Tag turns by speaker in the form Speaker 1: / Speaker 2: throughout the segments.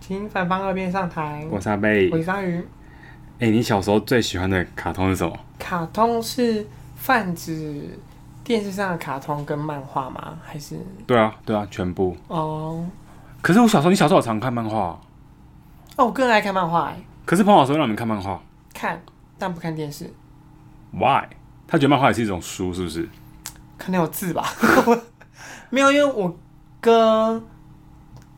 Speaker 1: 请反方二辩上台。
Speaker 2: 我是阿贝。
Speaker 1: 我是章鱼。
Speaker 2: 哎、你小时候最喜欢的卡通是什么？
Speaker 1: 卡通是泛指电视上的卡通跟漫画吗？还是
Speaker 2: 对啊，对啊，全部。
Speaker 1: 哦
Speaker 2: 可是我小时候，你小时候有常看漫画？啊
Speaker 1: 哦，我个人爱看漫画、欸，
Speaker 2: 可是彭老师会让你们看漫画
Speaker 1: 看但不看电视，
Speaker 2: ，Why？他觉得漫画也是一种书，是不是？
Speaker 1: 可能有字吧。 没有，因为我哥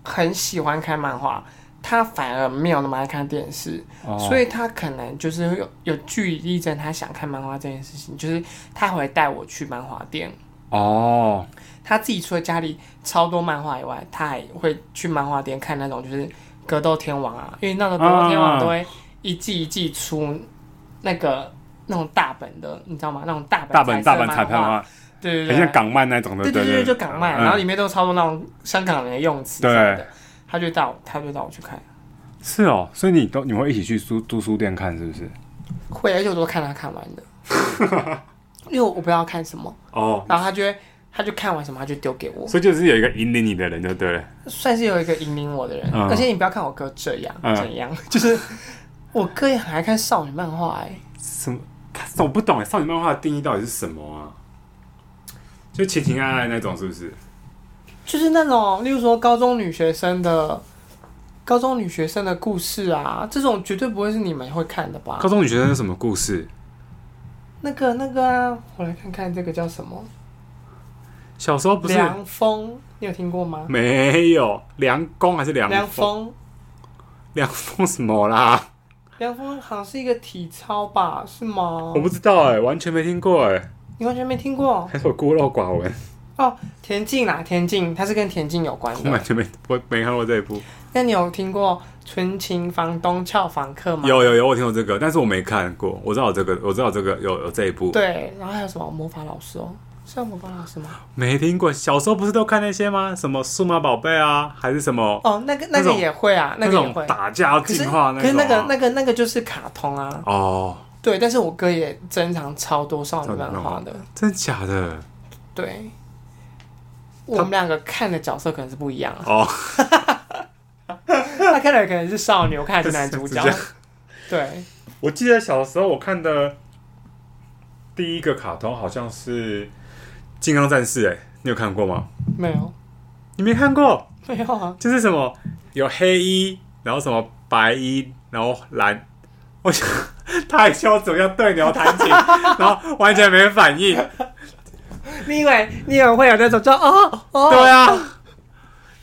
Speaker 1: 很喜欢看漫画，他反而没有那么爱看电视。
Speaker 2: 哦
Speaker 1: 所以他可能就是会有有据理力争他想看漫画这件事情，就是他会带我去漫画店。
Speaker 2: 哦，
Speaker 1: 他自己除了家里超多漫画以外，他还会去漫画店看那种就是格斗天王啊，因为那个格斗天王都会一季一季出那个那种大本的，你知道吗？那种大本
Speaker 2: 大本
Speaker 1: 彩
Speaker 2: 大
Speaker 1: 色
Speaker 2: 本彩
Speaker 1: 漫
Speaker 2: 票
Speaker 1: 画，
Speaker 2: 啊，
Speaker 1: 对对
Speaker 2: 很
Speaker 1: 对
Speaker 2: 像，港漫那种的，
Speaker 1: 对对
Speaker 2: 对
Speaker 1: 对，就港漫，然后
Speaker 2: 嗯
Speaker 1: 里面都超多那种香港人的用词什么的，他就带我，他就带我去看，
Speaker 2: 是哦，所以你都你会一起去书租书店看，是不是？
Speaker 1: 会，而且我都看他看完的， 因为我不知道看什么。
Speaker 2: 哦，
Speaker 1: 然后他就会，他就看完什么他就丢给我，
Speaker 2: 所以就是有一个引领你的人，就对了。
Speaker 1: 算是有一个引领我的人。
Speaker 2: 嗯
Speaker 1: 而且你不要看我哥这样、
Speaker 2: 嗯
Speaker 1: 怎样， 就是我哥也很爱看少女漫画哎、
Speaker 2: 什么？他我不懂哎，少女漫画的定义到底是什么啊？就情情爱爱那种，是不是？
Speaker 1: 就是那种例如说高中女学生的高中女学生的故事啊，这种绝对不会是你们会看的吧
Speaker 2: 高？中女学生是什么故事？
Speaker 1: 那个那个啊，我来看看这个叫什么？
Speaker 2: 小时候不是
Speaker 1: 凉风，你有听过 吗？
Speaker 2: 没有凉宫还是凉
Speaker 1: 凉
Speaker 2: 风？
Speaker 1: 风，
Speaker 2: 凉风什么啦？
Speaker 1: 凉风好像是一个体操吧？是吗
Speaker 2: 我？不知道哎，完全没听过哎，
Speaker 1: 你完全没听过
Speaker 2: 还是我孤陋寡 闻，
Speaker 1: 哦？田径啦，田径，它是跟田径有关
Speaker 2: 我
Speaker 1: 的
Speaker 2: 完。全没我没看过这一部。
Speaker 1: 那你有听过《纯情房东俏房客》吗？。
Speaker 2: 有有有，我听过这个，但是我没看过。我知道有这个，我知道有这个有有这一部，
Speaker 1: 对，然后还有什么魔法老师哦？是叫魔法老师吗？
Speaker 2: 没听过。小时候不是都看那些吗？什么数码宝贝啊，还是什么
Speaker 1: 哦，那个那个
Speaker 2: 那种
Speaker 1: 也会啊，那个也
Speaker 2: 种
Speaker 1: 会。
Speaker 2: 打架
Speaker 1: 可是
Speaker 2: 进化
Speaker 1: 可
Speaker 2: 那
Speaker 1: 是
Speaker 2: 种
Speaker 1: 那
Speaker 2: 啊？
Speaker 1: 个那个那个就是卡通啊，
Speaker 2: 哦，
Speaker 1: 对。但是我哥也珍藏超多少女
Speaker 2: 少女
Speaker 1: 漫
Speaker 2: 漫
Speaker 1: 画
Speaker 2: 画
Speaker 1: 的，
Speaker 2: 真假的？
Speaker 1: 对。我们两个看的角色可能是不一样啊，
Speaker 2: 哦，
Speaker 1: 他看的可能是少女，我看的 是男主角
Speaker 2: 是这样。
Speaker 1: 对，
Speaker 2: 我记得小时候我看的第一个卡通好像是《金刚战士》，哎，你有看过吗？
Speaker 1: 没有
Speaker 2: 你没看过？
Speaker 1: 没有 啊，
Speaker 2: 就是什么有黑衣，然后什么白衣，然后蓝，我想他还教我怎么样对牛弹琴，然后完全没反应。
Speaker 1: 你以为你以为会有那种叫哦哦，
Speaker 2: 对啊，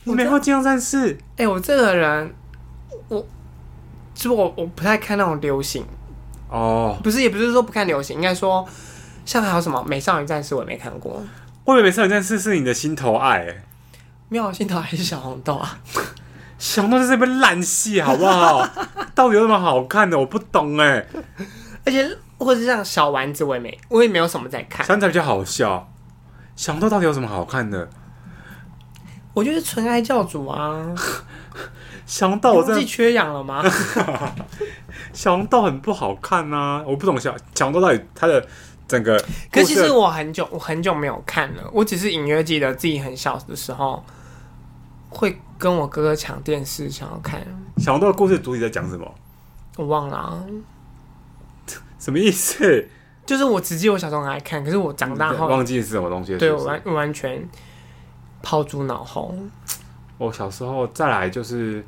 Speaker 2: 你没看过《金刚战士》？
Speaker 1: 哎、我这个人，我就是我我不太看那种流行，
Speaker 2: 哦，
Speaker 1: 不是也不是说不看流行，应该说像还有什么《美少女战士》我也没看过，《
Speaker 2: 我以为《少女战士》是你的心头爱，哎，
Speaker 1: 妙心头》还是《小红豆》啊？
Speaker 2: 想到这是一部烂戏，好不好？到底有什么好看的？我不懂哎，
Speaker 1: 而且或者是像小丸子，我也没我也没有什么在看，
Speaker 2: 想起来比较好笑。想到到底有什么好看的？
Speaker 1: 我就是纯爱教主啊，
Speaker 2: 想到我真
Speaker 1: 自己
Speaker 2: 的
Speaker 1: 缺氧了 吗？
Speaker 2: 想到很不好看啊！我不懂想想到到底它的整个
Speaker 1: 可
Speaker 2: 故
Speaker 1: 是其
Speaker 2: 事
Speaker 1: 实
Speaker 2: 的
Speaker 1: 我很久我很久没有看了，我只是隐约记得自己很小的时候会跟我哥哥抢电视想要看，
Speaker 2: 想到的故事主体在讲什么？
Speaker 1: 我忘了、啊。
Speaker 2: 什么 意思？
Speaker 1: 就是我只记得我小时候很爱看，可是我长大后
Speaker 2: 嗯忘记是什么东西了。
Speaker 1: 对
Speaker 2: 是
Speaker 1: 我
Speaker 2: 不
Speaker 1: 完
Speaker 2: 是
Speaker 1: 我完全抛诸脑后。
Speaker 2: 我小时候再来就是，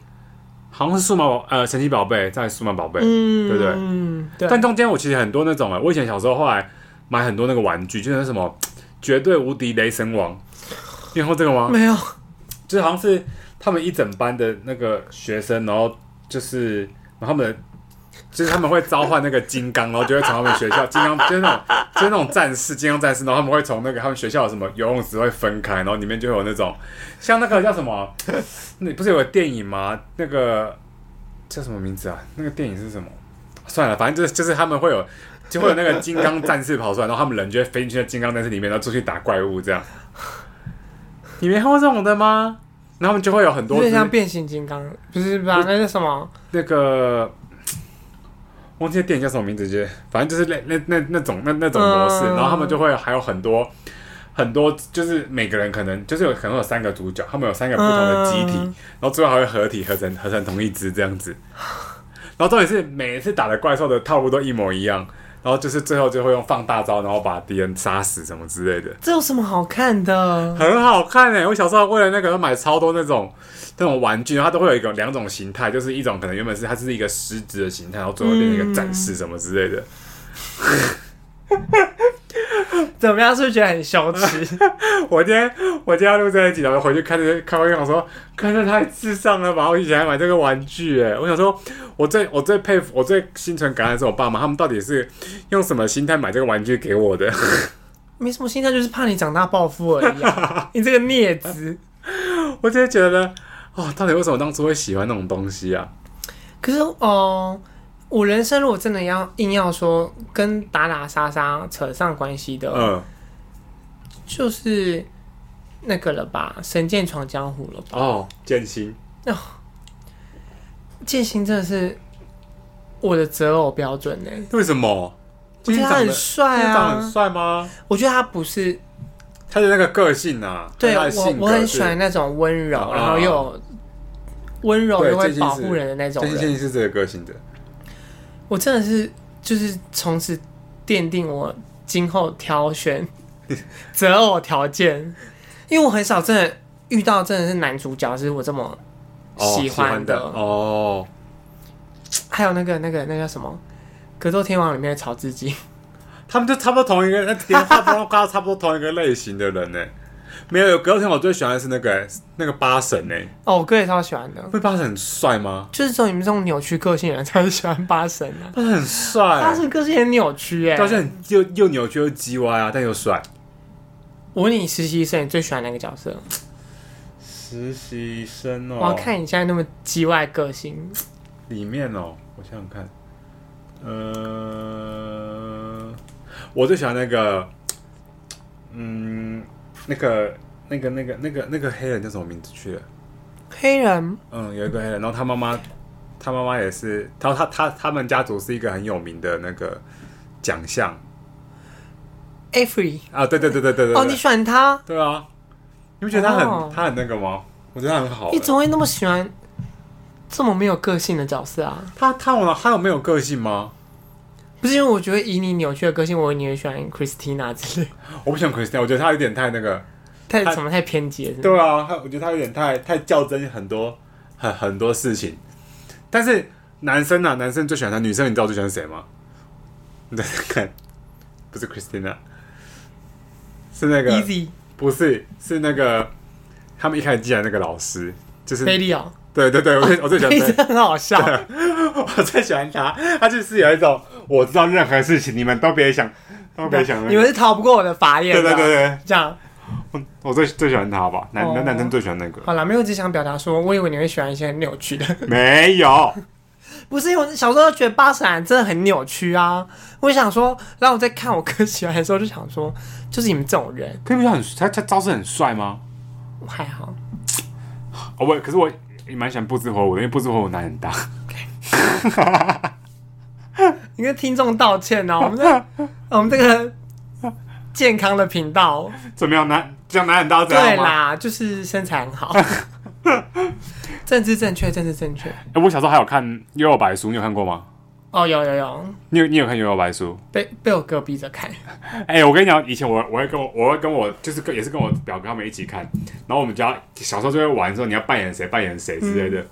Speaker 2: 好像是数码宝呃神奇宝贝，再来数码宝贝。
Speaker 1: 嗯
Speaker 2: 对不对
Speaker 1: 嗯，对。
Speaker 2: 但中间我其实很多那种啊，我以前小时候后来买很多那个玩具，就是那什么绝对无敌雷神王，你看过这个吗？
Speaker 1: 没有，
Speaker 2: 就是好像是他们一整班的那个学生，然后就是然后他们的就是他们会召唤那个金刚，然后就会从他们学校金刚就是那种就是那种战士金刚战士，然后他们会从那个他们学校有什么游泳池会分开，然后里面就会有那种像那个叫什么，啊那不是有个电影吗？那个叫什么名字啊？那个电影是什么？算了，反正就是就是他们会有。就会有那个金刚战士跑出来，然后他们人就会飞进去那金刚战士里面，然后出去打怪物这样。你没看过这种的吗？然后他们就会有很
Speaker 1: 有
Speaker 2: 多
Speaker 1: 点像
Speaker 2: 只
Speaker 1: 变形金刚，不是吧？那是什么？
Speaker 2: 那个忘记电影叫什么名字，就是反正就是那那那那种那那种模式，
Speaker 1: 嗯
Speaker 2: 然后他们就会还有很多很多就是每个人可能就是有可能有三个主角，他们有三个不同的机体，
Speaker 1: 嗯
Speaker 2: 然后最后还会合体合成合成同一只这样子。然后重点是每一次打的怪兽的套路都一模一样，然后就是最后就会用放大招，然后把敌人杀死什么之类的，
Speaker 1: 这有什么好看的？
Speaker 2: 很好看哎、我小时候为了那个要买超多那种那种玩具，然后它都会有一个两种形态，就是一种可能原本是它是一个狮子的形态，然后最后变成一个展示什么之类的。
Speaker 1: 怎么样？是不是觉得很羞 耻？
Speaker 2: 我今天我今天要录这一集，然后回去看这看完，想说，看这太智障了吧！我以前还买这个玩具，哎，我想说，我最我最佩服，我最心存感恩的是我爸妈，他们到底是用什么心态买这个玩具给我的？
Speaker 1: 没什么心态，就是怕你长大暴富而已 啊、你这个孽子！
Speaker 2: 我真的觉得，哦，到底为什么当初会喜欢那种东西啊？
Speaker 1: 可是哦、呃我人生如果真的要硬要说跟打打杀杀扯上关系的，
Speaker 2: 嗯，
Speaker 1: 就是那个了吧，《神剑闯江湖》了吧。
Speaker 2: 哦，剑心，
Speaker 1: 剑心真的是我的择偶标准欸呢、
Speaker 2: 为什么？
Speaker 1: 我觉得他
Speaker 2: 长
Speaker 1: 很
Speaker 2: 得
Speaker 1: 帅
Speaker 2: 剑心长得很
Speaker 1: 啊，
Speaker 2: 帅吗？
Speaker 1: 我觉得他不是
Speaker 2: 他的那个个性啊，
Speaker 1: 对
Speaker 2: 他的
Speaker 1: 我
Speaker 2: 性格
Speaker 1: 我很
Speaker 2: 是
Speaker 1: 喜欢那种温柔，
Speaker 2: 啊
Speaker 1: 然后又有温柔
Speaker 2: 对
Speaker 1: 又会
Speaker 2: 剑心是
Speaker 1: 保护人的那种
Speaker 2: 剑心，剑
Speaker 1: 人。
Speaker 2: 心是这个个性的，
Speaker 1: 我真的是就是从此奠定我今后挑 选择偶条件，因为我很少真的遇到真的是男主角是我这么
Speaker 2: 哦
Speaker 1: 喜欢
Speaker 2: 欢
Speaker 1: 的
Speaker 2: 哦。
Speaker 1: 还有那个那个那叫什么《格斗天王》里面的草字经，
Speaker 2: 他们就差不多同一个，那连画风都画差不多同一个类型的人呢、 没有，有隔天我最喜欢的是那个、那个八神呢、
Speaker 1: 哦，我哥也超喜欢的，
Speaker 2: 不是八神很帅吗？
Speaker 1: 就是只有你们这种扭曲个性的人才会喜欢八神啊。
Speaker 2: 八神很帅、
Speaker 1: 八神个性很扭曲哎、
Speaker 2: 哎但是很又又扭曲又鸡歪啊，但又帅。
Speaker 1: 我问你，实习医生你最喜欢哪个角色？
Speaker 2: 哦实习生哦
Speaker 1: 我要看你现在那么叽歪个性，
Speaker 2: 里面哦，我想想看，呃，我最喜欢那个，嗯，那个那个那个那个那个黑人叫什么名字去了？
Speaker 1: 黑人
Speaker 2: 嗯，有一个黑人，然后他妈妈，他妈妈也是，他他他他们家族是一个很有名的那个奖项
Speaker 1: Avery
Speaker 2: 啊，对对对对对对，
Speaker 1: 哦，你喜欢他？
Speaker 2: 对啊，你不觉得他很、
Speaker 1: 哦
Speaker 2: 他很那个吗？我觉得他很好欸，
Speaker 1: 你怎么会那么喜欢这么没有个性的角色啊？
Speaker 2: 他他有他有没有个性吗？
Speaker 1: 不是因为我觉得以你扭曲的个性，我以为你会喜欢 Christina 之 类，
Speaker 2: 我不喜欢 Christian，我觉得他有点太那个，
Speaker 1: 太
Speaker 2: 他
Speaker 1: 什么太偏激了是吗。
Speaker 2: 对啊，他我觉得他有点太太较真很多很很多事情，但是男生啊，男生最喜欢他，女生你知道我最喜欢谁吗？ 你在看，不是 Christina，是那个
Speaker 1: Easy
Speaker 2: 不是，是那个他们一开始进来那个老师，就是对
Speaker 1: Bailey 哦，
Speaker 2: 对 对，啊我最我最喜欢
Speaker 1: Bailey 真
Speaker 2: 他，
Speaker 1: 的很好笑。
Speaker 2: 我最喜欢他，他就是有一种我知道任何事情你们都别想，都别想了，
Speaker 1: 你们是啊逃不过我的法眼
Speaker 2: 对
Speaker 1: 的。
Speaker 2: 对对对，
Speaker 1: 这样
Speaker 2: 我我最最喜欢他吧，男
Speaker 1: 哦
Speaker 2: 男男生最喜欢那个，
Speaker 1: 好了，没有，我只想表达说，我以为你会喜欢一些很扭曲的。
Speaker 2: 没有，
Speaker 1: 不是，因为我小时候觉得八神真的很扭曲啊。我想说，然后我在看我哥喜欢的时候，就想说，就是你们这种人
Speaker 2: 可以不是很他他招式很帅吗？
Speaker 1: 还好。
Speaker 2: 哦，我可是我也蛮喜欢不知火舞的，因为不知火舞难很大，
Speaker 1: 你跟听众道歉哦、我们 这我们这个健康的频 道，
Speaker 2: 怎么样难这样难很大怎
Speaker 1: 对
Speaker 2: 样吗？
Speaker 1: 啦，就是身材很好。政治正确，政治正确。
Speaker 2: 哎，我小时候还有看《幽游白书》，你有看过吗？
Speaker 1: 哦，有有有，
Speaker 2: 你有你有看《幽游白书》？
Speaker 1: 被被我哥逼着 看。
Speaker 2: 哎、我跟你讲，以前我我会跟我我会跟我就是跟也是跟我表哥他们一起看，然后我们家小时候就会玩说你要扮演谁扮演谁之类的，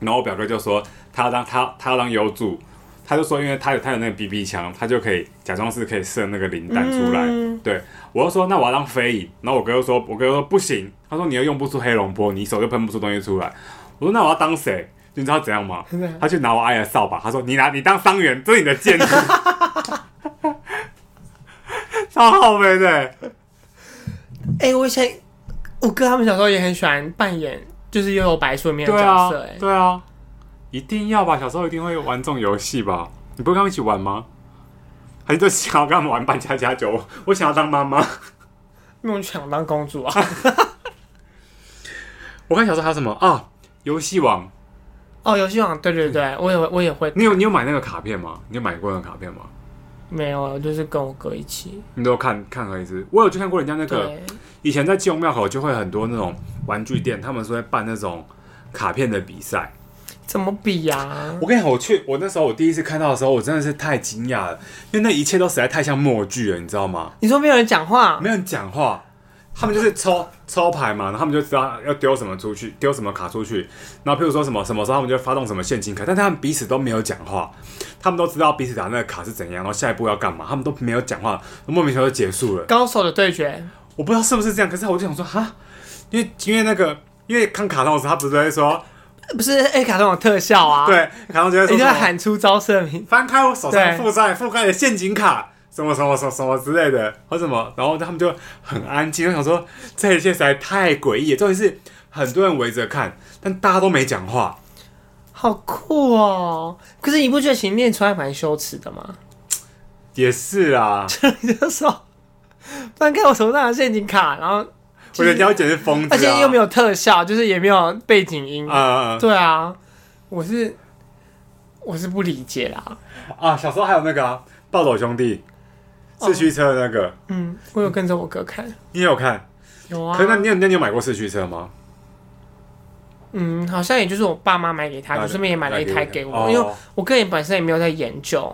Speaker 2: 然后我表哥就说他要当他他要当优助，他就说因为他有他有那个 BB 枪，他就可以假装是可以射那个林弹出来，
Speaker 1: 嗯
Speaker 2: 对我就说那我要当飞影，然后我哥就说我哥就说不行，他说你又用不出黑龙波，你手就喷不出东西出来，我说那我要当谁？你知道怎样吗
Speaker 1: 怎样？
Speaker 2: 他去拿我阿姨的扫把，他说你拿你当伤员，这是你的剑。 超好没的，
Speaker 1: 哎、我以前我哥他们小时候也很喜欢扮演，就是《幽游白书》里面的
Speaker 2: 对
Speaker 1: 角
Speaker 2: 啊
Speaker 1: 色、哎，、
Speaker 2: 对啊，一定要吧，小时候一定会玩这种游戏吧？你不会跟他们一起玩吗？还是就想要跟他们玩扮家家酒？我我想要当妈妈。
Speaker 1: 那种想当公主啊。
Speaker 2: 我看小时候还有什么啊？游戏王，
Speaker 1: 哦，游戏王，对对对，我也会我也会，
Speaker 2: 你有你有买那个卡片吗？你有买过那个卡片吗？
Speaker 1: 没有，我就是跟我哥一起。
Speaker 2: 你都看看而已是不是我有去看过人家那个，
Speaker 1: 对，
Speaker 2: 以前在基隆庙口就会很多那种玩具店，他们是会办那种卡片的比赛。
Speaker 1: 怎么比呀、
Speaker 2: 我跟你讲，我去我那时候我第一次看到的时候，我真的是太惊讶了，因为那一切都实在太像默剧了，你知道吗？
Speaker 1: 你说没有人讲话，
Speaker 2: 没有人讲话，他们就是抽抽牌嘛，然后他们就知道要丢什么出去，丢什么卡出去。然后譬如说什么什么时候他们就发动什么现金卡，但他们彼此都没有讲话，他们都知道彼此打那个卡是怎样，然后下一步要干嘛，他们都没有讲话，莫名其妙就结束了。
Speaker 1: 高手的对决，
Speaker 2: 我不知道是不是这样，可是我就想说哈，因为因为那个因为看卡通的时候，他不是会说
Speaker 1: 不是 A 卡通有特效啊？，
Speaker 2: 对，卡通就会说
Speaker 1: 一定要
Speaker 2: 什么
Speaker 1: 喊出招式的名。
Speaker 2: 翻开我手上
Speaker 1: 对
Speaker 2: 覆盖覆盖的陷阱卡，什么什么什么什么之类的，或什么，然后他们就很安静，我想说这一切实在太诡异了，重点是很多人围着看，但大家都没讲话，
Speaker 1: 好酷哦！可是你不觉得其实念出来蛮羞耻的吗？
Speaker 2: 也是 啊，
Speaker 1: 你就说翻开我手上的陷阱卡，然后
Speaker 2: 我觉得你要简直疯子、啊，
Speaker 1: 而且又没
Speaker 2: 有，
Speaker 1: 有特效，就是也没有背景音。
Speaker 2: 呃
Speaker 1: 对啊，我是我是不理解啦。
Speaker 2: 啊，小时候还有那个、啊、暴走兄弟四驱车的那个，
Speaker 1: 嗯，我有跟着我哥看，
Speaker 2: 你也有看？
Speaker 1: 有啊
Speaker 2: 可。是那你有那你有买过四驱车吗？
Speaker 1: 嗯，好像也就是我爸妈买给他，
Speaker 2: 啊
Speaker 1: 就顺便也买了一台给
Speaker 2: 哦
Speaker 1: 我，因为我哥也本身也没有在研究，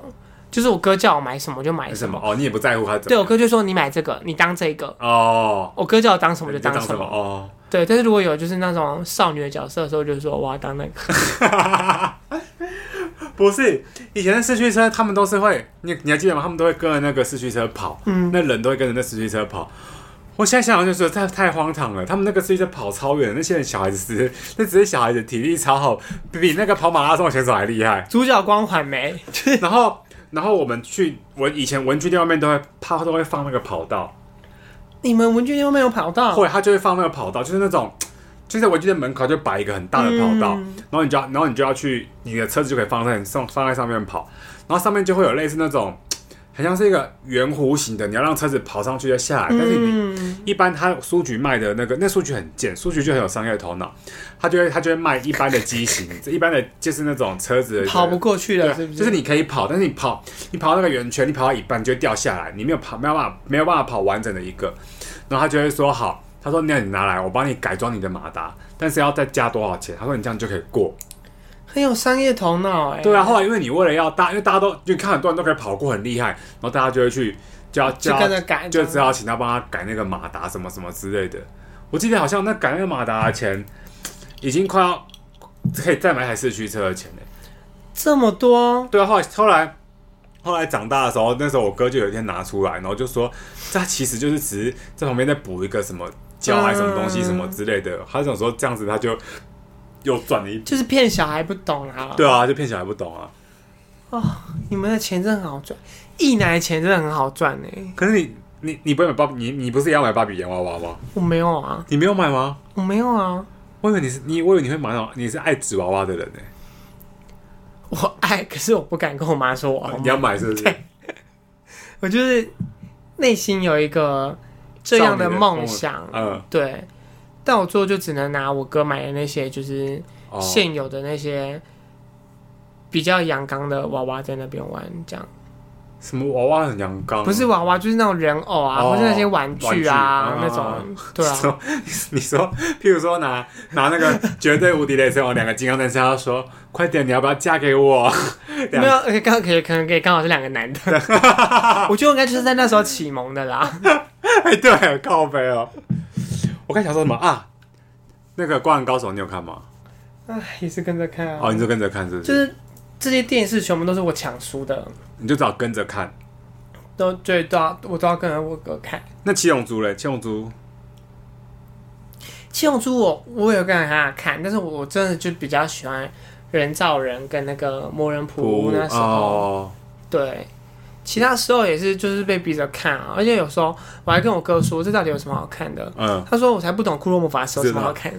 Speaker 1: 就是我哥叫我买什么就买
Speaker 2: 还是
Speaker 1: 什
Speaker 2: 什么
Speaker 1: 么。
Speaker 2: 哦，你也不在乎它怎
Speaker 1: 对
Speaker 2: 么
Speaker 1: 我哥就说你买这个，你当这个。
Speaker 2: 哦，
Speaker 1: 我哥叫我当什么就
Speaker 2: 你在
Speaker 1: 当
Speaker 2: 当
Speaker 1: 什
Speaker 2: 什么
Speaker 1: 么。
Speaker 2: 哦。
Speaker 1: 对，但是如果有就是那种少女的角色的时候，就是说我要当那个。
Speaker 2: 不是，以前的四驱车他们都是会，你你还记得吗？他们都会跟着那个四驱车跑，
Speaker 1: 嗯
Speaker 2: 那人都会跟着那四驱车跑。我现在想想就觉得太太荒唐了，他们那个四驱车跑超远，那些人小孩子是，那只是小孩子体力超好，比那个跑马拉松的选手还 厉害。
Speaker 1: 主角光环没，
Speaker 2: 然后，然后我们去，我以前文具店外面都会，他都会放那个跑道，
Speaker 1: 你们文具店又没有跑到，
Speaker 2: 或者他就会放那个跑道，就是那种，就在文具店门口就摆一个很大的跑道，
Speaker 1: 嗯
Speaker 2: 然后你就要，然后你就要去，你的车子就可以放在上放在上面跑，然后上面就会有类似那种，很像是一个圆弧形的，你要让车子跑上去再下来，但是你。
Speaker 1: 嗯，
Speaker 2: 一般他书局卖的那个，那书局很贱，书局就很有商业头脑，他就会他就会卖一般的机型， 一般的就是那种车子的
Speaker 1: 跑不过去了，
Speaker 2: 对，啊
Speaker 1: 啊是不是？
Speaker 2: 就是你可以跑，但是你跑你跑到那个圆圈，你跑到一半你就会掉下来，你没有跑没有办法没有办法跑完整的一个。然后他就会说好，他说那你拿来，我帮你改装你的马达，但是要再加多少钱？他说你这样就可以过。
Speaker 1: 很有商业头脑哎、
Speaker 2: 对啊，，后来因为你为了要大，因为大家都就看很多人都可以跑过很厉害，然后大家就会去就要
Speaker 1: 就
Speaker 2: 就要
Speaker 1: 跟着改，
Speaker 2: 就只好请他帮他改那个马达什么什么之类的。我记得好像那改那个马达的钱，已经快要可以再买一台四驱车的钱了。
Speaker 1: 这么多，
Speaker 2: 对啊，后来后来后来长大的时候，那时候我哥就有一天拿出来，然后就说，这其实就是只是在旁边再补一个什么胶还是什么东西
Speaker 1: 嗯
Speaker 2: 什么之类的。他想说这样子他就又赚了一笔。
Speaker 1: 就是骗小孩不懂啊。
Speaker 2: 对啊，就骗小孩不懂啊。
Speaker 1: 你们的钱真的很好赚，一奶的钱真的很好赚哎、
Speaker 2: 可是你你你不会买芭比，你你不是也要买芭比洋娃娃吗？
Speaker 1: 我没有啊，
Speaker 2: 你没有买吗？
Speaker 1: 我没有啊，
Speaker 2: 我以为你是你，我以为你会买那种，你是爱纸娃娃的人呢、
Speaker 1: 我爱，可是我不敢跟我妈说我要
Speaker 2: 你要
Speaker 1: 买，
Speaker 2: 买是不是？
Speaker 1: 我就是内心有一个这样的梦想，
Speaker 2: 嗯，
Speaker 1: 对，但我最后就只能拿我哥买的那些，就是
Speaker 2: 哦，
Speaker 1: 现有的那些比较阳刚的娃娃在那边玩，这样
Speaker 2: 什么娃娃很阳刚，啊
Speaker 1: 不是娃娃，就是那种人偶啊，
Speaker 2: 哦
Speaker 1: 或是那些玩具啊
Speaker 2: 玩具
Speaker 1: 那
Speaker 2: 啊
Speaker 1: 种，对
Speaker 2: 你
Speaker 1: 啊，
Speaker 2: 说，你说，譬如说拿拿那个绝对无敌雷神王两个金刚战士，他说：“快点，你要不要嫁给我
Speaker 1: 没有，而且刚好可以，可能可以刚好是两个男的，我觉得我应该就是在那时候启蒙的啦。？”
Speaker 2: 哎，对，靠背哦。我刚想说什么啊？那个《灌篮高手》你有看吗？
Speaker 1: 唉，也是跟着看啊
Speaker 2: 哦，，你就跟着看是不是？
Speaker 1: 就是这些电视全部都是我抢书的，
Speaker 2: 你就只好跟着看。
Speaker 1: 都对都要我都要跟着我哥看。
Speaker 2: 那七龙珠嘞？七龙珠
Speaker 1: 七龙珠我我有跟他看，但是我真的就比较喜欢人造人跟那个魔人普乌那时候，
Speaker 2: 哦，
Speaker 1: 对，其他时候也是就是被逼着看啊，而且有时候我还跟我哥说这到底有什么好看的，
Speaker 2: 嗯，
Speaker 1: 他说我才不懂骷髅魔法石有什么
Speaker 2: 是的
Speaker 1: 好看，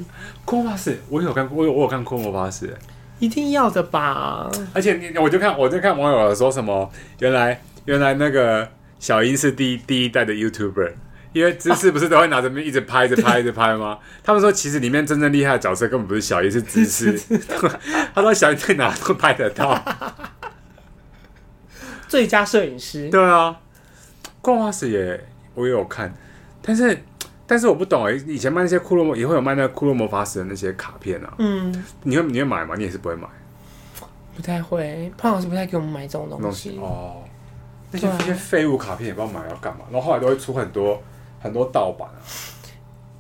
Speaker 2: 库魔法士我有看，我有我有看库魔法士，
Speaker 1: 一定要的吧？
Speaker 2: 而且你我就看我就看网友说什么，原来原来那个小英是第一第一代的 YouTuber，因为知识不是都会拿着一直拍、一直拍、一直拍吗？他们说其实里面真正厉害的角色根本不是小英，是知识。他说小英在哪都拍得到。
Speaker 1: 最佳摄影师，
Speaker 2: 对啊，灌花石也我也有看，但是但是我不懂哎、以前卖那些骷髅魔也会有卖那个骷髅魔法石的那些卡片啊，
Speaker 1: 嗯，
Speaker 2: 你会你会买吗？你也是不会买
Speaker 1: 不太会，胖老师不太给我们买这种东
Speaker 2: 东
Speaker 1: 西
Speaker 2: 西，哦。那些
Speaker 1: 对啊
Speaker 2: 那些废物卡片也不知道买来要干嘛，然后后来都会出很多很多盗版啊，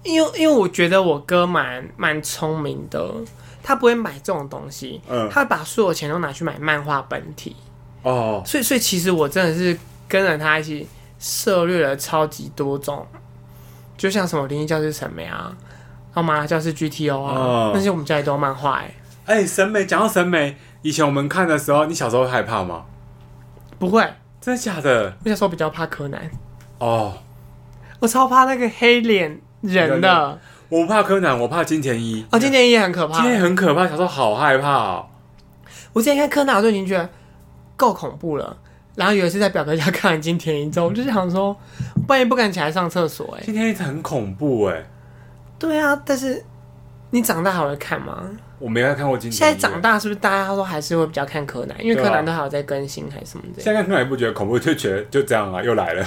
Speaker 1: 因为因为我觉得我哥蛮蛮聪明的，他不会买这种东西，
Speaker 2: 嗯
Speaker 1: 他把所有钱都拿去买漫画本体，
Speaker 2: 哦，
Speaker 1: 所以所以其实我真的是跟着他一起涉猎了超级多种，就像什么《灵异教室》审美啊，然后《麻辣教室 GTO》啊
Speaker 2: 哦，
Speaker 1: 那些我们家里都有漫画哎、
Speaker 2: 哎、审美讲到审美，以前我们看的时候，你小时候会害怕吗？
Speaker 1: 不会，
Speaker 2: 真的假的？
Speaker 1: 我小时候比较怕柯南，
Speaker 2: 哦，
Speaker 1: 我超怕那个黑脸人
Speaker 2: 人
Speaker 1: 的
Speaker 2: 的，我不怕柯南，我怕金田一。
Speaker 1: 哦，今天也很可怕
Speaker 2: 今。天很可怕，小时候好害怕哦。
Speaker 1: 我之前看柯南，我就已经觉得够恐怖了。然后有一次在表哥家看完金田一之后，我就想说，半夜不敢起来上厕所、哎，
Speaker 2: 今天很恐怖哎，
Speaker 1: 对啊，但是你长大还会看吗？
Speaker 2: 我没有看过金田一。
Speaker 1: 现在长，大是不是大家都还是会比较看柯南？因为
Speaker 2: 对啊
Speaker 1: 柯南都还有在更新还是什么的。
Speaker 2: 现在看柯南也不觉得恐怖，就觉得就这样啊，又来了。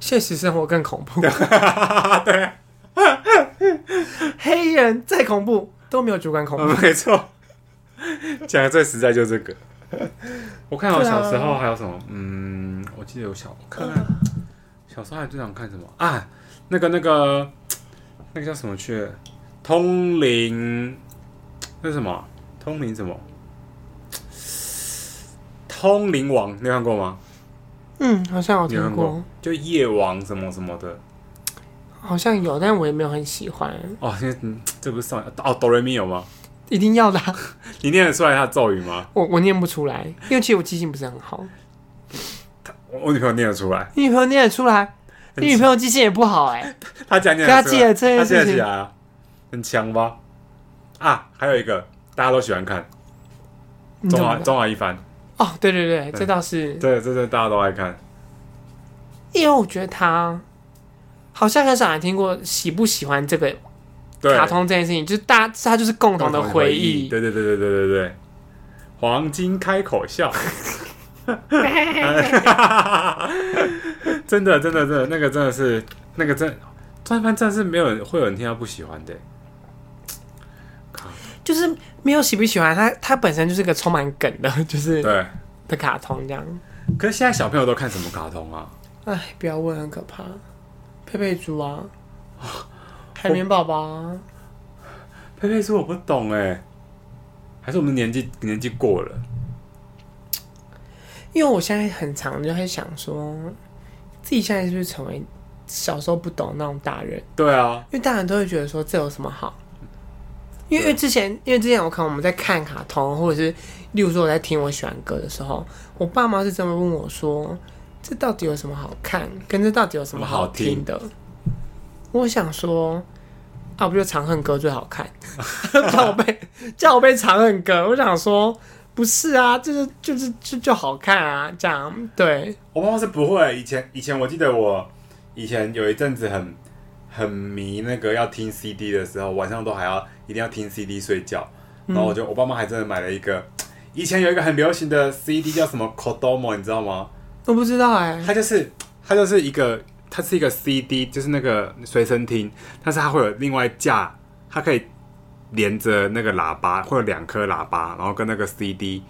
Speaker 1: 现实生活更恐怖。对，
Speaker 2: 啊
Speaker 1: 黑人再恐怖都没有主管恐怖。
Speaker 2: 嗯，没错， 讲的最实在就这个。 我看我
Speaker 1: 啊
Speaker 2: 小时候还有什么？嗯，我记得有小我看看
Speaker 1: 嗯
Speaker 2: 小时候还最常看什么啊？那个那个那个叫什么去了？通灵那是什么？通灵什么？通灵王，你有看过吗？
Speaker 1: 嗯，好像有
Speaker 2: 你有
Speaker 1: 听
Speaker 2: 看
Speaker 1: 过
Speaker 2: 过，？就夜王什么什么的。
Speaker 1: 好像有，但我也没有很喜欢。
Speaker 2: 哦，现在嗯这不是上哦哆瑞咪有吗？
Speaker 1: 一定要的啊、
Speaker 2: 你念得出来他的咒语吗？
Speaker 1: 我我念不出来，因为其实我记性不是很好。
Speaker 2: 我我女朋友念得出来，
Speaker 1: 你女朋友念得出来，你女朋友记性也不好哎、
Speaker 2: 他讲讲，
Speaker 1: 可他记得这件
Speaker 2: 他记得
Speaker 1: 事情
Speaker 2: 起来啊，很强吧？啊，还有一个大家都喜欢看
Speaker 1: 你
Speaker 2: 《
Speaker 1: 懂
Speaker 2: 中华
Speaker 1: 吗？
Speaker 2: 中华一番》，
Speaker 1: 哦，对对对，
Speaker 2: 对
Speaker 1: 这倒是，
Speaker 2: 对，这这大家都爱看。
Speaker 1: 因为我觉得他好像很少人听过喜不喜欢这个
Speaker 2: 对，
Speaker 1: 卡通这件事情，就是大家它就是共同的回忆。
Speaker 2: 对对对对对对对，黄金开口笑， 真的真的真的，那个真的是那个真，中华一番真的是没有人会有人听到不喜欢的。
Speaker 1: 就是没有喜不喜欢，它它本身就是个充满梗的，就是
Speaker 2: 对，
Speaker 1: 的卡通这样。
Speaker 2: 可是现在小朋友都看什么卡通啊？
Speaker 1: 哎，不要问，很可怕。佩佩猪啊，海绵宝宝啊，
Speaker 2: 佩佩说我不懂哎，还是我们年纪年纪过了。
Speaker 1: 因为我现在很常就会想说，自己现在是不是成为小时候不懂那种大人？
Speaker 2: 对啊，
Speaker 1: 因为大人都会觉得说这有什么好？因为因为
Speaker 2: 对
Speaker 1: 之前，因为之前我看我们在看卡通，或者是例如说我在听我喜欢的歌的时候，我爸妈是这么问我说：“这到底有什么好看？跟这到底有什么好听的？”我想说，啊，不就《长恨歌》最好看？ 叫我背，叫我背《长恨歌》，我想说不是啊，就是就是就就好看啊，这样对，
Speaker 2: 我妈妈是不会。以前以前我记得我以前有一阵子很很迷那个要听 CD 的时候，晚上都还要一定要听 CD 睡觉。然后我就、我爸妈还真的买了一个，以前有一个很流行的 CD 叫什么 Kodomo，你知道吗？
Speaker 1: 我不知道哎、
Speaker 2: 它就是它就是一个它是一个 CD，就是那个随身听，但是它会有另外架，它可以连着那个喇叭，会有两颗喇叭，然后跟那个 CD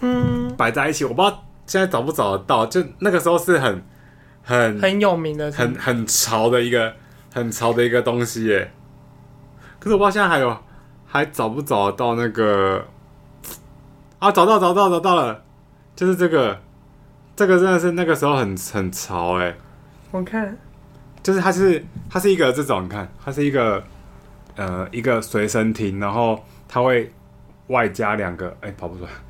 Speaker 1: 嗯，
Speaker 2: 摆在一起。我不知道现在找不找得到，就那个时候是很很
Speaker 1: 很有名的，
Speaker 2: 很很潮的一个很潮的一个东西耶。可是我不知道现在还有还找不找得到那个啊？找到找到找到了，就是这个，这个真的是那个时候很很潮哎，
Speaker 1: 我看
Speaker 2: 就是它是它是一个这种，你看它是一个呃一个随身听，然后它会外加两个哎、跑不出来。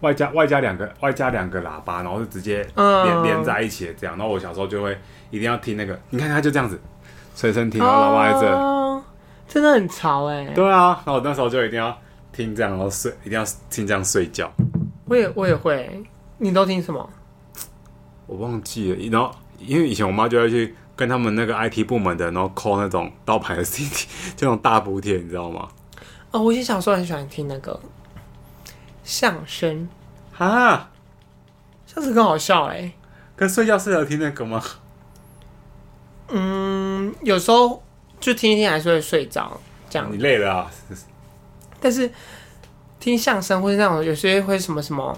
Speaker 2: 外加外加两个外加两个喇叭，然后是直接连
Speaker 1: 嗯
Speaker 2: 连在一起的这样。然后我小时候就会一定要听那个，你看他就这样子随身听，然后喇叭在这。
Speaker 1: 哦真的很潮哎、
Speaker 2: 对啊，然后我那时候就一定要听这样，然后睡一定要听这样睡觉。
Speaker 1: 我也我也会，你都听什么？
Speaker 2: 我忘记了，然后因为以前我妈就会去跟他们那个 IT 部门的，然后抠那种盗版的 CD，这种大补贴，你知道吗？
Speaker 1: 哦，我以前小时候很喜欢听那个相声，
Speaker 2: 啊，
Speaker 1: 相这样子更好笑哎、欸。
Speaker 2: 可是睡觉是要听那个吗？
Speaker 1: 嗯，有时候就听一听还是会睡着这样
Speaker 2: 你，累了 啊？
Speaker 1: 但是听相声或是那种有些会什么什么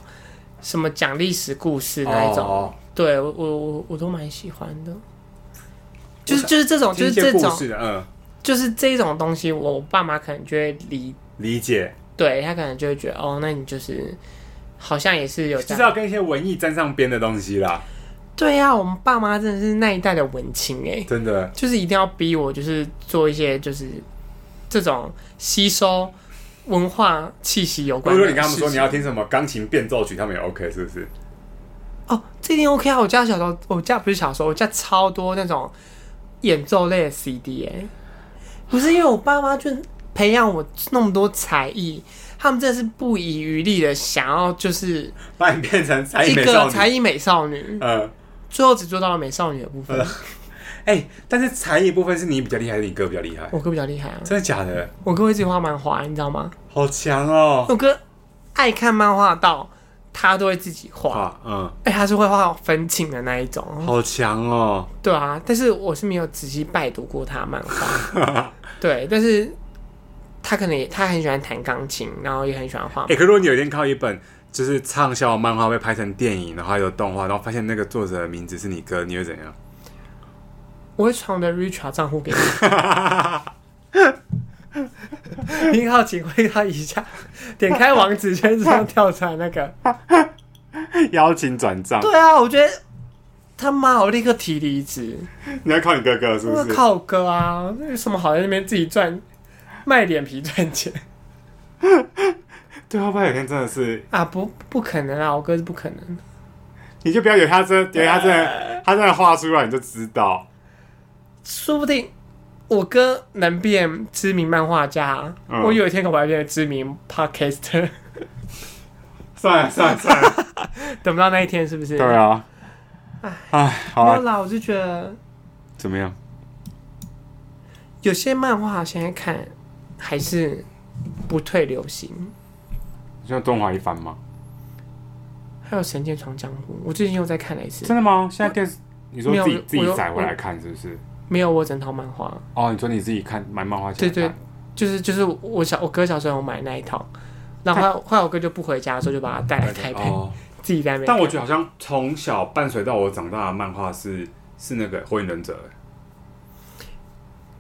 Speaker 1: 什么讲历史故事那一种，
Speaker 2: 哦
Speaker 1: 对我我我我都蛮喜欢的。就
Speaker 2: 我
Speaker 1: 是就是这种，就
Speaker 2: 听
Speaker 1: 是
Speaker 2: 一些
Speaker 1: 这
Speaker 2: 故
Speaker 1: 种，
Speaker 2: 事的，嗯，
Speaker 1: 就是这种东西，我爸妈可能就会理，
Speaker 2: 理解，
Speaker 1: 对他可能就会觉得，哦，那你就是好像也是有
Speaker 2: 就
Speaker 1: 这
Speaker 2: 是
Speaker 1: 样。
Speaker 2: 要跟一些文艺沾上边的东西啦，
Speaker 1: 对呀、我们爸妈真的是那一代的文青哎、
Speaker 2: 真的。
Speaker 1: 就是一定要逼我，就是做一些就是这种吸收文化气息有
Speaker 2: 如
Speaker 1: 关的
Speaker 2: 果
Speaker 1: 事
Speaker 2: 你
Speaker 1: 情。
Speaker 2: 跟他们说你要听什么钢琴变奏曲，他们也 OK 是不是？
Speaker 1: 哦，这一定 OK 啊！我家小时候，我家不是小时候，我家超多那种演奏类的 CD 哎、不是因为我爸妈就培养我那么多才艺，他们真的是不遗余力的想要就是
Speaker 2: 把你变成才艺
Speaker 1: 一
Speaker 2: 美
Speaker 1: 个
Speaker 2: 少
Speaker 1: 才
Speaker 2: 女。
Speaker 1: 艺美少女，
Speaker 2: 嗯，
Speaker 1: 最后只做到了美少女的部分。
Speaker 2: 哎、但是才艺部分是你比较厉害，还是你哥比较厉害？
Speaker 1: 我哥比较厉害啊，
Speaker 2: 真的假的？
Speaker 1: 我哥会自己画漫画，你知道吗？
Speaker 2: 好强哦！
Speaker 1: 我哥爱看漫画到他都会自己画，
Speaker 2: 哇，嗯，
Speaker 1: 哎、他是会画风景的那一种。
Speaker 2: 好强哦！
Speaker 1: 对啊，但是我是没有仔细拜读过他漫画。对，但是他可能也他很喜欢弹钢琴，然后也很喜欢画
Speaker 2: 哎、。可如果你有一天靠一本就是畅销漫画被拍成电影，然后还有动画，然后发现那个作者的名字是你哥，你会 怎样？
Speaker 1: 我会传我的 Richard 账户给你。您好，请回答一下，点开网址全自动跳出来那个。
Speaker 2: 邀请转账，
Speaker 1: 对啊，我觉得他妈，我立刻提离职。
Speaker 2: 你要靠你哥哥是
Speaker 1: 我
Speaker 2: 不是？
Speaker 1: 靠我哥啊，那有什么好在那边自己赚卖脸皮赚钱
Speaker 2: 对啊，不然有一天真的是，
Speaker 1: 啊？不，不可能啊！我哥是不可能的。
Speaker 2: 你就不要以为他真，以为他真的，他真的画出来你就知道。
Speaker 1: 说不定我哥能变知名漫画家啊、
Speaker 2: 嗯
Speaker 1: 我有一天可能会变知名 podcaster。
Speaker 2: 算了算了算了，
Speaker 1: 等不到那一天，是不是？
Speaker 2: 对啊，哎，好
Speaker 1: 没有
Speaker 2: 啊，
Speaker 1: 啦，我就觉得
Speaker 2: 怎么样？
Speaker 1: 有些漫画现在看还是不退流行。
Speaker 2: 像中华一番吗？
Speaker 1: 还有《神剑闯江湖》，我最近又在看了一次
Speaker 2: 真，的吗？现在电视，你说
Speaker 1: 没有
Speaker 2: 自己自
Speaker 1: 我
Speaker 2: 己
Speaker 1: 有
Speaker 2: 载回来看是不是？
Speaker 1: 没有我整套漫画，
Speaker 2: 哦，你说你自己看买漫画起来
Speaker 1: 对
Speaker 2: 看，
Speaker 1: 对，就是就是我小我哥小时候有买那一套，然后后来后来我哥就不回家的时候就把它带来台北，
Speaker 2: 哦
Speaker 1: 自己在那边看。
Speaker 2: 但我觉得好像从小伴随到我长大的漫画是是那个《火影忍者》欸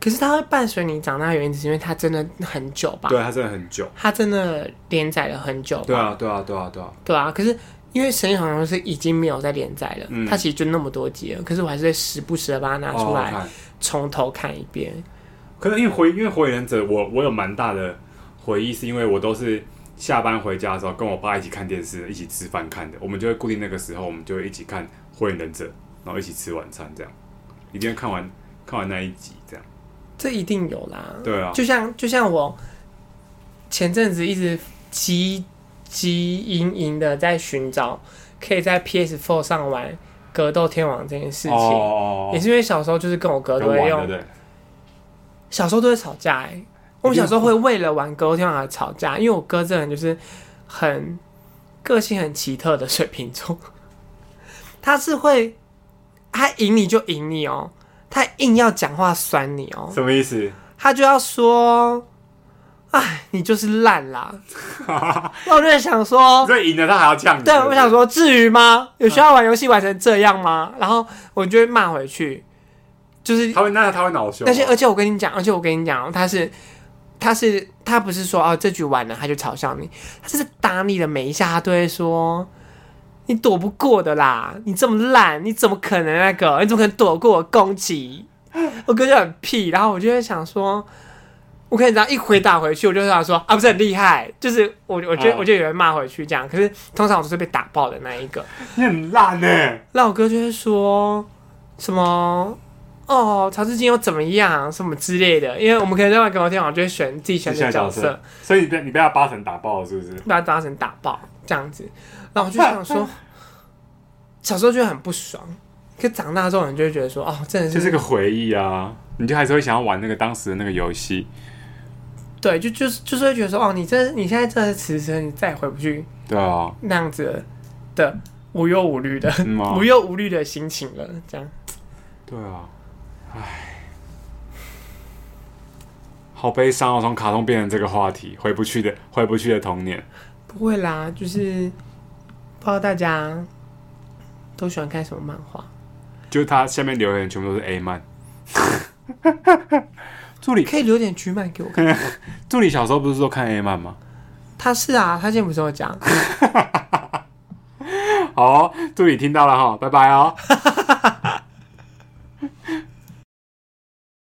Speaker 1: 可是它会伴随你长大的原因，只是因为它真的很久吧？
Speaker 2: 对，它真的很久。
Speaker 1: 它真的连载了很久吧？
Speaker 2: 对啊，对啊，对啊，对啊，
Speaker 1: 对啊，可是因为《神隐好像是已经没有在连载了，
Speaker 2: 嗯
Speaker 1: 它其实就那么多集了，可是我还是会时不时的把它拿出
Speaker 2: 哦
Speaker 1: 来、
Speaker 2: 看
Speaker 1: 从头看一遍。
Speaker 2: 可能因为回，因为火影忍者我，我有蛮大的回忆，是因为我都是下班回家的时候跟我爸一起看电视，一起吃饭看的。我们就会固定那个时候，我们就会一起看火影忍者，然后一起吃晚餐，这样一定要看完看完那一集，这样。
Speaker 1: 这一定有啦，
Speaker 2: 对啊，
Speaker 1: 就像就像我前阵子一直急急营营的在寻找可以在 PS4 上玩《格斗天王》这件事情，
Speaker 2: 哦
Speaker 1: 也是因为小时候就是跟我哥
Speaker 2: 跟
Speaker 1: 都会
Speaker 2: 玩
Speaker 1: 用
Speaker 2: 的对，
Speaker 1: 小时候都会吵架哎、我们小时候会为了玩《格斗天王》而吵架，因为我哥这个人就是很个性很奇特的水瓶座，他是会他赢你就赢你哦、他硬要讲话酸你哦、
Speaker 2: 什么意思？
Speaker 1: 他就要说，哎，你就是烂啦。那我就在想说，
Speaker 2: 所以赢了他还要呛你。
Speaker 1: 对，
Speaker 2: 是不
Speaker 1: 我
Speaker 2: 是
Speaker 1: 想，说，至于吗？有需要玩游戏玩成这样吗？然后我就会骂回去，就是
Speaker 2: 他会那他会恼羞吗。
Speaker 1: 而且而且我跟你讲，而且我跟你讲哦，他是他是他不是说哦这局完了他就嘲笑你，他是打你的每一下他都会说。你躲不过的啦！你这么烂，你怎么可能那个？你怎么可能躲过我攻击？我哥就很屁，然后我就会想说，我跟你这样一回打回去，我就想说啊，不是很厉害，就是我我就
Speaker 2: 嗯
Speaker 1: 我就有人骂回去这样。可是通常我都是被打爆的那一个。
Speaker 2: 你很烂呢、
Speaker 1: 那我哥就会说什么哦，曹志金又怎么样，什么之类的。因为我们可能在玩《格斗天王》就会选自己喜欢的角色，，
Speaker 2: 所以你被你被他八成打爆了，是不是？
Speaker 1: 把他当成打爆这样子。然后我就想说，小时候就很不爽，可长大之后你就会觉得说，哦，真的
Speaker 2: 就是是个回忆啊，你就还是会想要玩那个当时的那个游戏。
Speaker 1: 对，就就是就是会觉得说，哦，你这你现在这是此生你再也回不去
Speaker 2: 对啊，
Speaker 1: 那样子的无忧无虑的、
Speaker 2: 嗯吗
Speaker 1: 无忧无虑的心情了。这样，
Speaker 2: 对啊，唉，好悲伤哦！从卡通变成这个话题，回不去的，回不去的童年。
Speaker 1: 不会啦，就是不知道大家都喜欢看什么漫画。
Speaker 2: 就是他下面留言全部都是 A 漫。 助理，
Speaker 1: 可以留点菊漫给我看。
Speaker 2: 助理小时候不是都看 A 漫吗？
Speaker 1: 他是啊，他之前不是有讲，
Speaker 2: 好、哦，助理听到了哈，拜拜哦。